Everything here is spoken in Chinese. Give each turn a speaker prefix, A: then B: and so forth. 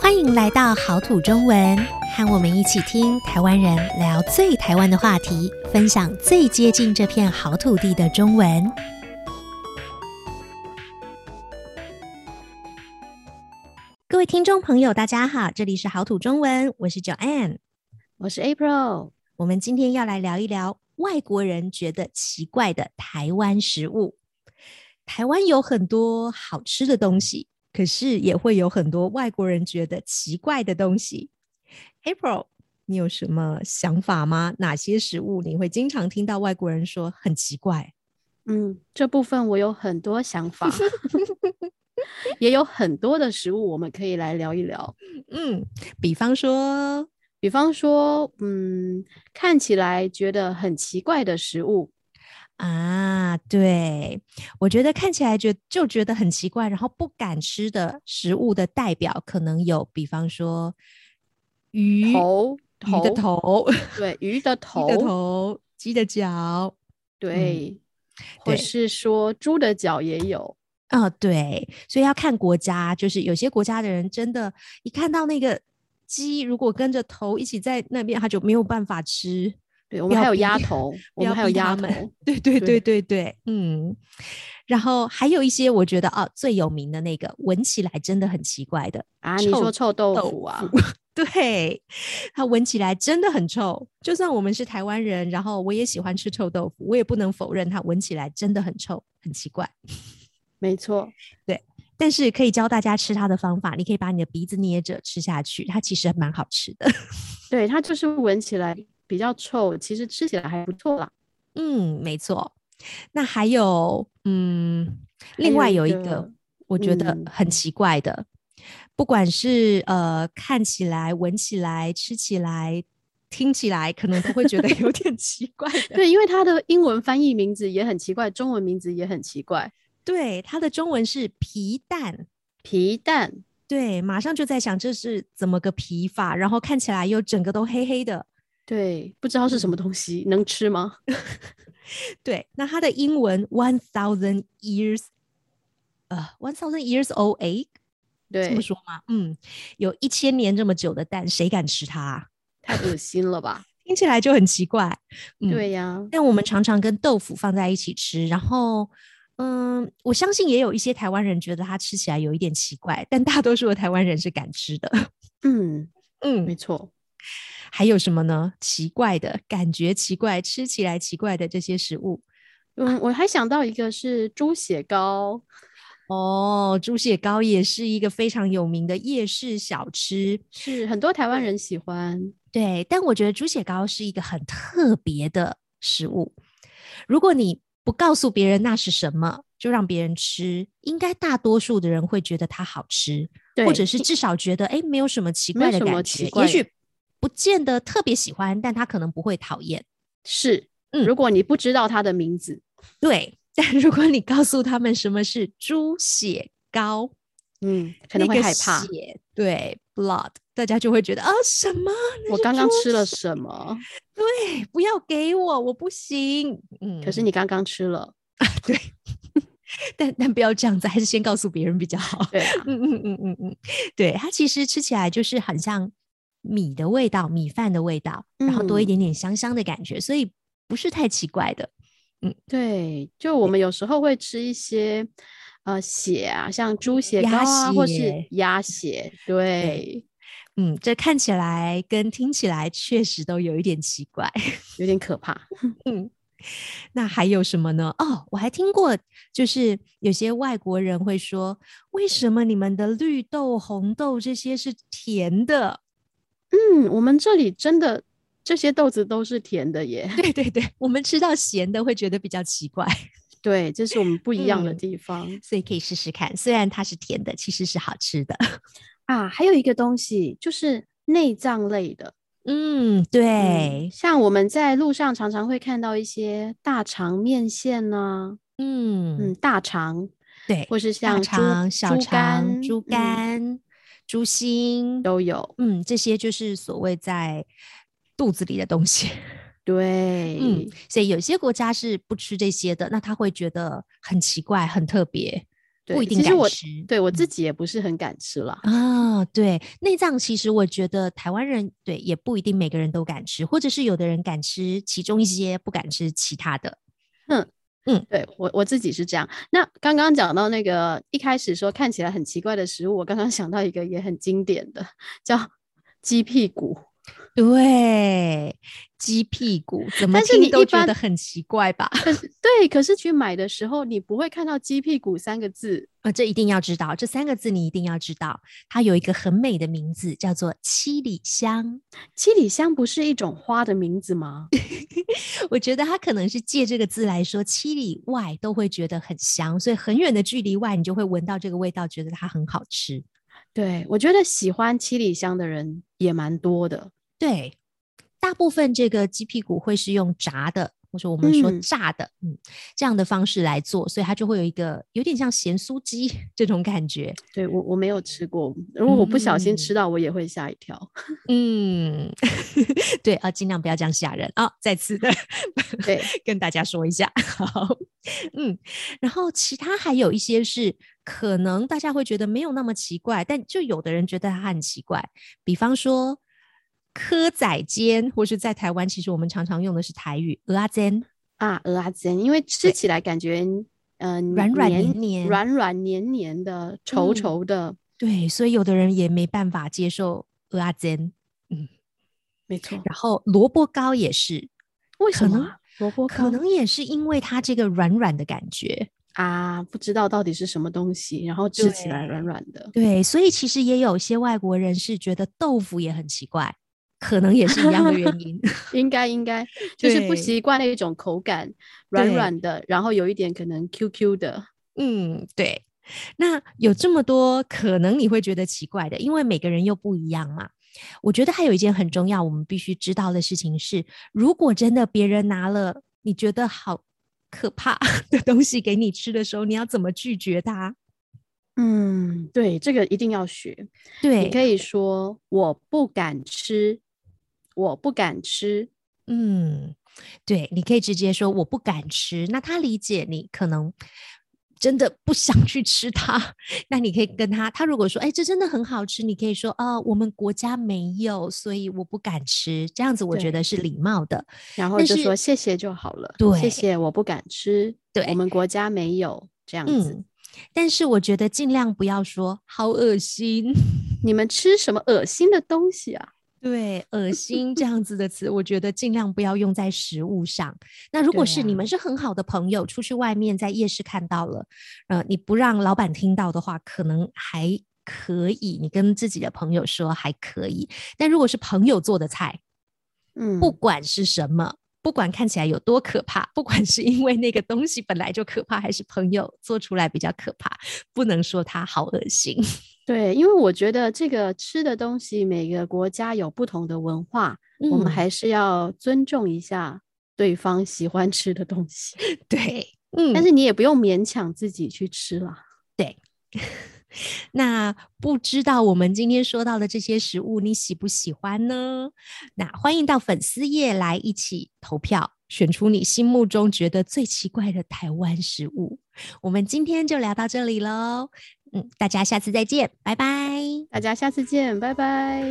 A: 欢迎来到好土中文，和我们一起听台湾人聊最台湾的话题，分享最接近这片好土地的中文。各位听众朋友，大家好，这里是好土中文，我是 Joanne。
B: 我是 April。
A: 我们今天要来聊一聊外国人觉得奇怪的台湾食物。台湾有很多好吃的东西，可是也会有很多外国人觉得奇怪的东西。April，你有什么想法吗？哪些食物你会经常听到外国人说很奇怪？
B: 嗯，这部分我有很多想法， 也有很多的食物我们可以来聊一聊。
A: 嗯，比方说，
B: 比方说，嗯，看起来觉得很奇怪的食物，
A: 啊，对，我觉得看起来觉就觉得很奇怪，然后不敢吃的食物的代表可能有，比方说鱼、
B: 头
A: 鱼的头、
B: 对鱼的
A: 鸡
B: 头
A: 的头、嗯鸡的脚。
B: 对，或
A: 对
B: 是说猪的脚也有。
A: 啊、对，所以要看国家，就是有些国家的人真的，一看到那个鸡，如果跟着头一起在那边，他就没有办法吃。
B: 对，我
A: 不
B: 们还
A: 要
B: 有
A: 逼
B: 鸭头，我
A: 不要
B: 们还有
A: 逼他
B: 鸭头
A: 们。对对
B: 对
A: 对对对，嗯。然后还有一些我觉得哦，最有名的那个，闻起来真的很奇怪的，
B: 啊，你说臭豆腐啊？
A: 对，它闻起来真的很臭。就算我们是台湾人，然后我也喜欢吃臭豆腐，我也不能否认它闻起来真的很臭，很奇怪。
B: 没错，
A: 但是可以教大家吃它的方法，你可以把你的鼻子捏着吃下去，它其实还蛮好吃的。
B: 对，它就是闻起来比较臭，其实吃起来还不错啦。
A: 嗯，没错。那还有，嗯，另
B: 有
A: 外
B: 一
A: 有一
B: 个
A: 个我觉得
B: 嗯
A: 很奇怪的，不管是呃看起来、闻起来、吃起来、听起来，可能都会觉得 有点奇怪的。
B: 对，因为它的英文翻译名字也很奇怪，中文名字也很奇怪。
A: 对，它的中文是皮蛋。
B: 皮蛋，
A: 对，马上就在想这是怎么个皮法，然后看起来又整个都黑黑的。
B: 对，不知道是
A: 嗯
B: 什么东西，能吃吗？
A: 对，那它的英文 one thousand years，呃，one thousand years old egg 这
B: 对
A: 么，说吗？嗯，有一千年这么久的蛋，谁敢吃它啊、
B: 太恶心了吧？
A: 听起来就很奇怪。嗯、
B: 对呀、
A: 但我们常常跟豆腐放在一起吃，然后，嗯，我相信也有一些台湾人觉得它吃起来有一点奇怪，但大多数的台湾人是敢吃的。
B: 嗯，没
A: 嗯，
B: 错。
A: 还有什么呢？奇怪的感觉，奇怪，吃起来奇怪的这些食物。
B: 嗯，我还想到一个是猪血糕，
A: 哦，猪血糕也是一个非常有名的夜市小吃。
B: 是很多台湾人喜欢。
A: 对，但我觉得猪血糕是一个很特别的食物。如果你不告诉别人那是什么，就让别人吃，应该大多数的人会觉得它好吃，
B: 对，
A: 或者是至少觉得哎没有什么奇
B: 没有
A: 怪的
B: 什么
A: 感
B: 奇
A: 觉，
B: 怪
A: 也许不见得特别喜欢，但他可能不会讨厌。
B: 是，
A: 嗯
B: 如果你不知道它的名字，
A: 对， 但如果你告诉他们什么是猪血糕，
B: 嗯，可能
A: 那
B: 会
A: 个
B: 害怕。
A: 血对 blood，大家就会觉得啊什么？那
B: 我
A: 是
B: 刚刚
A: 猪
B: 吃了
A: 血
B: 什么？
A: 对，不要给我，我不行。嗯，
B: 可是你刚刚吃了，
A: 但但不要这样子，还是先告诉别人比较好。
B: 对啊，
A: 嗯嗯嗯嗯嗯，对，它其实吃起来就是很像米的味道，米饭的味道，然后多一
B: 嗯
A: 点点香香的感觉，所以不是太奇怪的。
B: 对，就我们有时候会吃一些，呃，血啊，像猪血糕
A: 鸭
B: 啊，或
A: 血
B: 是鸭血，对，
A: 嗯，这看起来跟听起来确实都有一点奇怪。
B: 有点可怕。
A: 嗯，那还有什么呢？哦，我还听过，就是有些外国人会说，为什么你们的绿豆、红豆这些是甜的？
B: 嗯，我们这里真的这些豆子都是甜的耶，
A: 对对对，我们吃到咸的会觉得比较奇怪，
B: 对，这是我们不一样的
A: 嗯
B: 地方
A: 所以可以试试看。虽然它是甜的，其实是好吃的。
B: 啊。还有一个东西就是内脏类的，
A: 嗯，
B: 嗯
A: 对，
B: 像我们在路上常常会看到一些大肠面线呐，
A: 嗯，
B: 嗯，大肠，
A: 对，
B: 或是
A: 大
B: 像猪
A: 肠、小
B: 猪
A: 肠、
B: 肝、
A: 猪
B: 嗯
A: 肝、猪心，
B: 都有，
A: 嗯，这些就是所谓在肚子里的东西。
B: 对，
A: 嗯，所以有些国家是不吃这些的，那他会觉得很奇怪、很特别。
B: 对
A: 不一定
B: 其实
A: 敢
B: 我
A: 吃。
B: 对我自
A: 嗯
B: 己也不是很敢吃啦。
A: 啊、对，内脏其实我觉得台湾人对也不一定每个人都敢吃，或者是有的人敢吃其中一些，不敢吃其他的。
B: 对我我自己是这样。那刚刚讲到那个一开始说看起来很奇怪的食物，我刚刚想到一个也很经典的，叫鸡屁股。
A: 对，鸡屁股怎么
B: 但是
A: 听
B: 你
A: 都
B: 一
A: 觉
B: 般
A: 得很奇怪吧？
B: 可是对，可是去买的时候，你不会看到“鸡屁股”三个字。
A: 啊，这一定要知道，这三个字你一定要知道，它有一个很美的名字，叫做七里香。
B: 七里香不是一种花的名字吗？
A: 我觉得它可能是借这个字来说，七里外都会觉得很香，所以很远的距离外，你就会闻到这个味道，觉得它很好吃。
B: 对，我觉得喜欢七里香的人也蛮多的。
A: 对，大部分这个鸡屁股会是用炸的，或者我们说
B: 嗯
A: 炸的，嗯这样的方式来做，所以它就会有一个有点像咸酥鸡 这种感觉。
B: 对我我没有吃过，如果我不小心吃到，我也会吓一跳。
A: 嗯， 对啊，尽量不要这样吓人啊、再次的
B: 对，
A: 跟大家说一下， 好，嗯，然后其他还有一些是可能大家会觉得没有那么奇怪，但就有的人觉得它很奇怪，比方说蚵仔煎，或是在台湾其实我们常常用的是台语蚵仔煎，
B: 啊，蚵仔煎，因为吃起来感觉嗯、
A: 软软
B: 黏
A: 黏黏
B: 软软黏黏的、
A: 嗯
B: 稠稠的，
A: 对，所以有的人也没办法接受蚵仔煎，
B: 没错。
A: 然后萝卜糕也是，
B: 为什
A: 可
B: 么
A: 能
B: 啊萝卜
A: 可
B: 糕
A: 能也是因为它这个软软的感觉。
B: 啊？不知道到底是什么东西，然后吃起来
A: 对
B: 软软的。
A: 对，所以其实也有一些外国人是觉得豆腐也很奇怪，可能也是一样的原因。
B: 应该应该就是不
A: 对
B: 习惯那种口感，软
A: 对
B: 软的，然后有一点可能 QQ 的。
A: 嗯，对。那有这么多可能你会觉得奇怪的，因为每个人又不一样嘛。我觉得还有一件很重要，我们必须知道的事情是，如果真的别人拿了你觉得好可怕 的东西给你吃的时候，你要怎么拒绝它？
B: 嗯，对，这个一定要学。
A: 对，
B: 你可以说我不敢吃，我不敢吃。
A: 嗯，对，你可以直接说我不敢吃，那他理解你可能真的不想去吃它，那你可以跟他，他如果说哎这真的很好吃，你可以说哦我们国家没有，所以我不敢吃，这样子我觉
B: 对
A: 得是礼貌的。
B: 然后
A: 但
B: 就是说谢谢就好了。
A: 对
B: 谢谢，我不敢吃。
A: 对
B: 我们国家没有这样子。
A: 嗯，但是我觉得尽量不要说好恶心，
B: 你们吃什么恶心的东西啊？
A: 对，恶心这样子的词，我觉得尽量不要用在食物上。那如果
B: 对
A: 是你
B: 啊
A: 们是很好的朋友，出去外面在夜市看到了，呃，你不让老板听到的话，可能还可以，你跟自己的朋友说还可以。但如果是朋友做的菜，
B: 嗯，
A: 不管是什么，不管看起来有多可怕，不管是因为那个东西本来就可怕，还是朋友做出来比较可怕，不能说它好恶心。
B: 对，因为我觉得这个吃的东西，每个国家有不同的文化，我们
A: 嗯
B: 还是要尊重一下对方喜欢吃的东西。哎
A: 对，嗯
B: 但是你也不用勉强自己去吃啦。
A: 那不知道我们今天说到的这些食物，你喜不喜欢呢？那欢迎到粉丝页来一起投票，选出你心目中觉得最奇怪的台湾食物。我们今天就聊到这里喽，嗯，大家下次再见，拜拜。
B: 大家下次见，拜拜。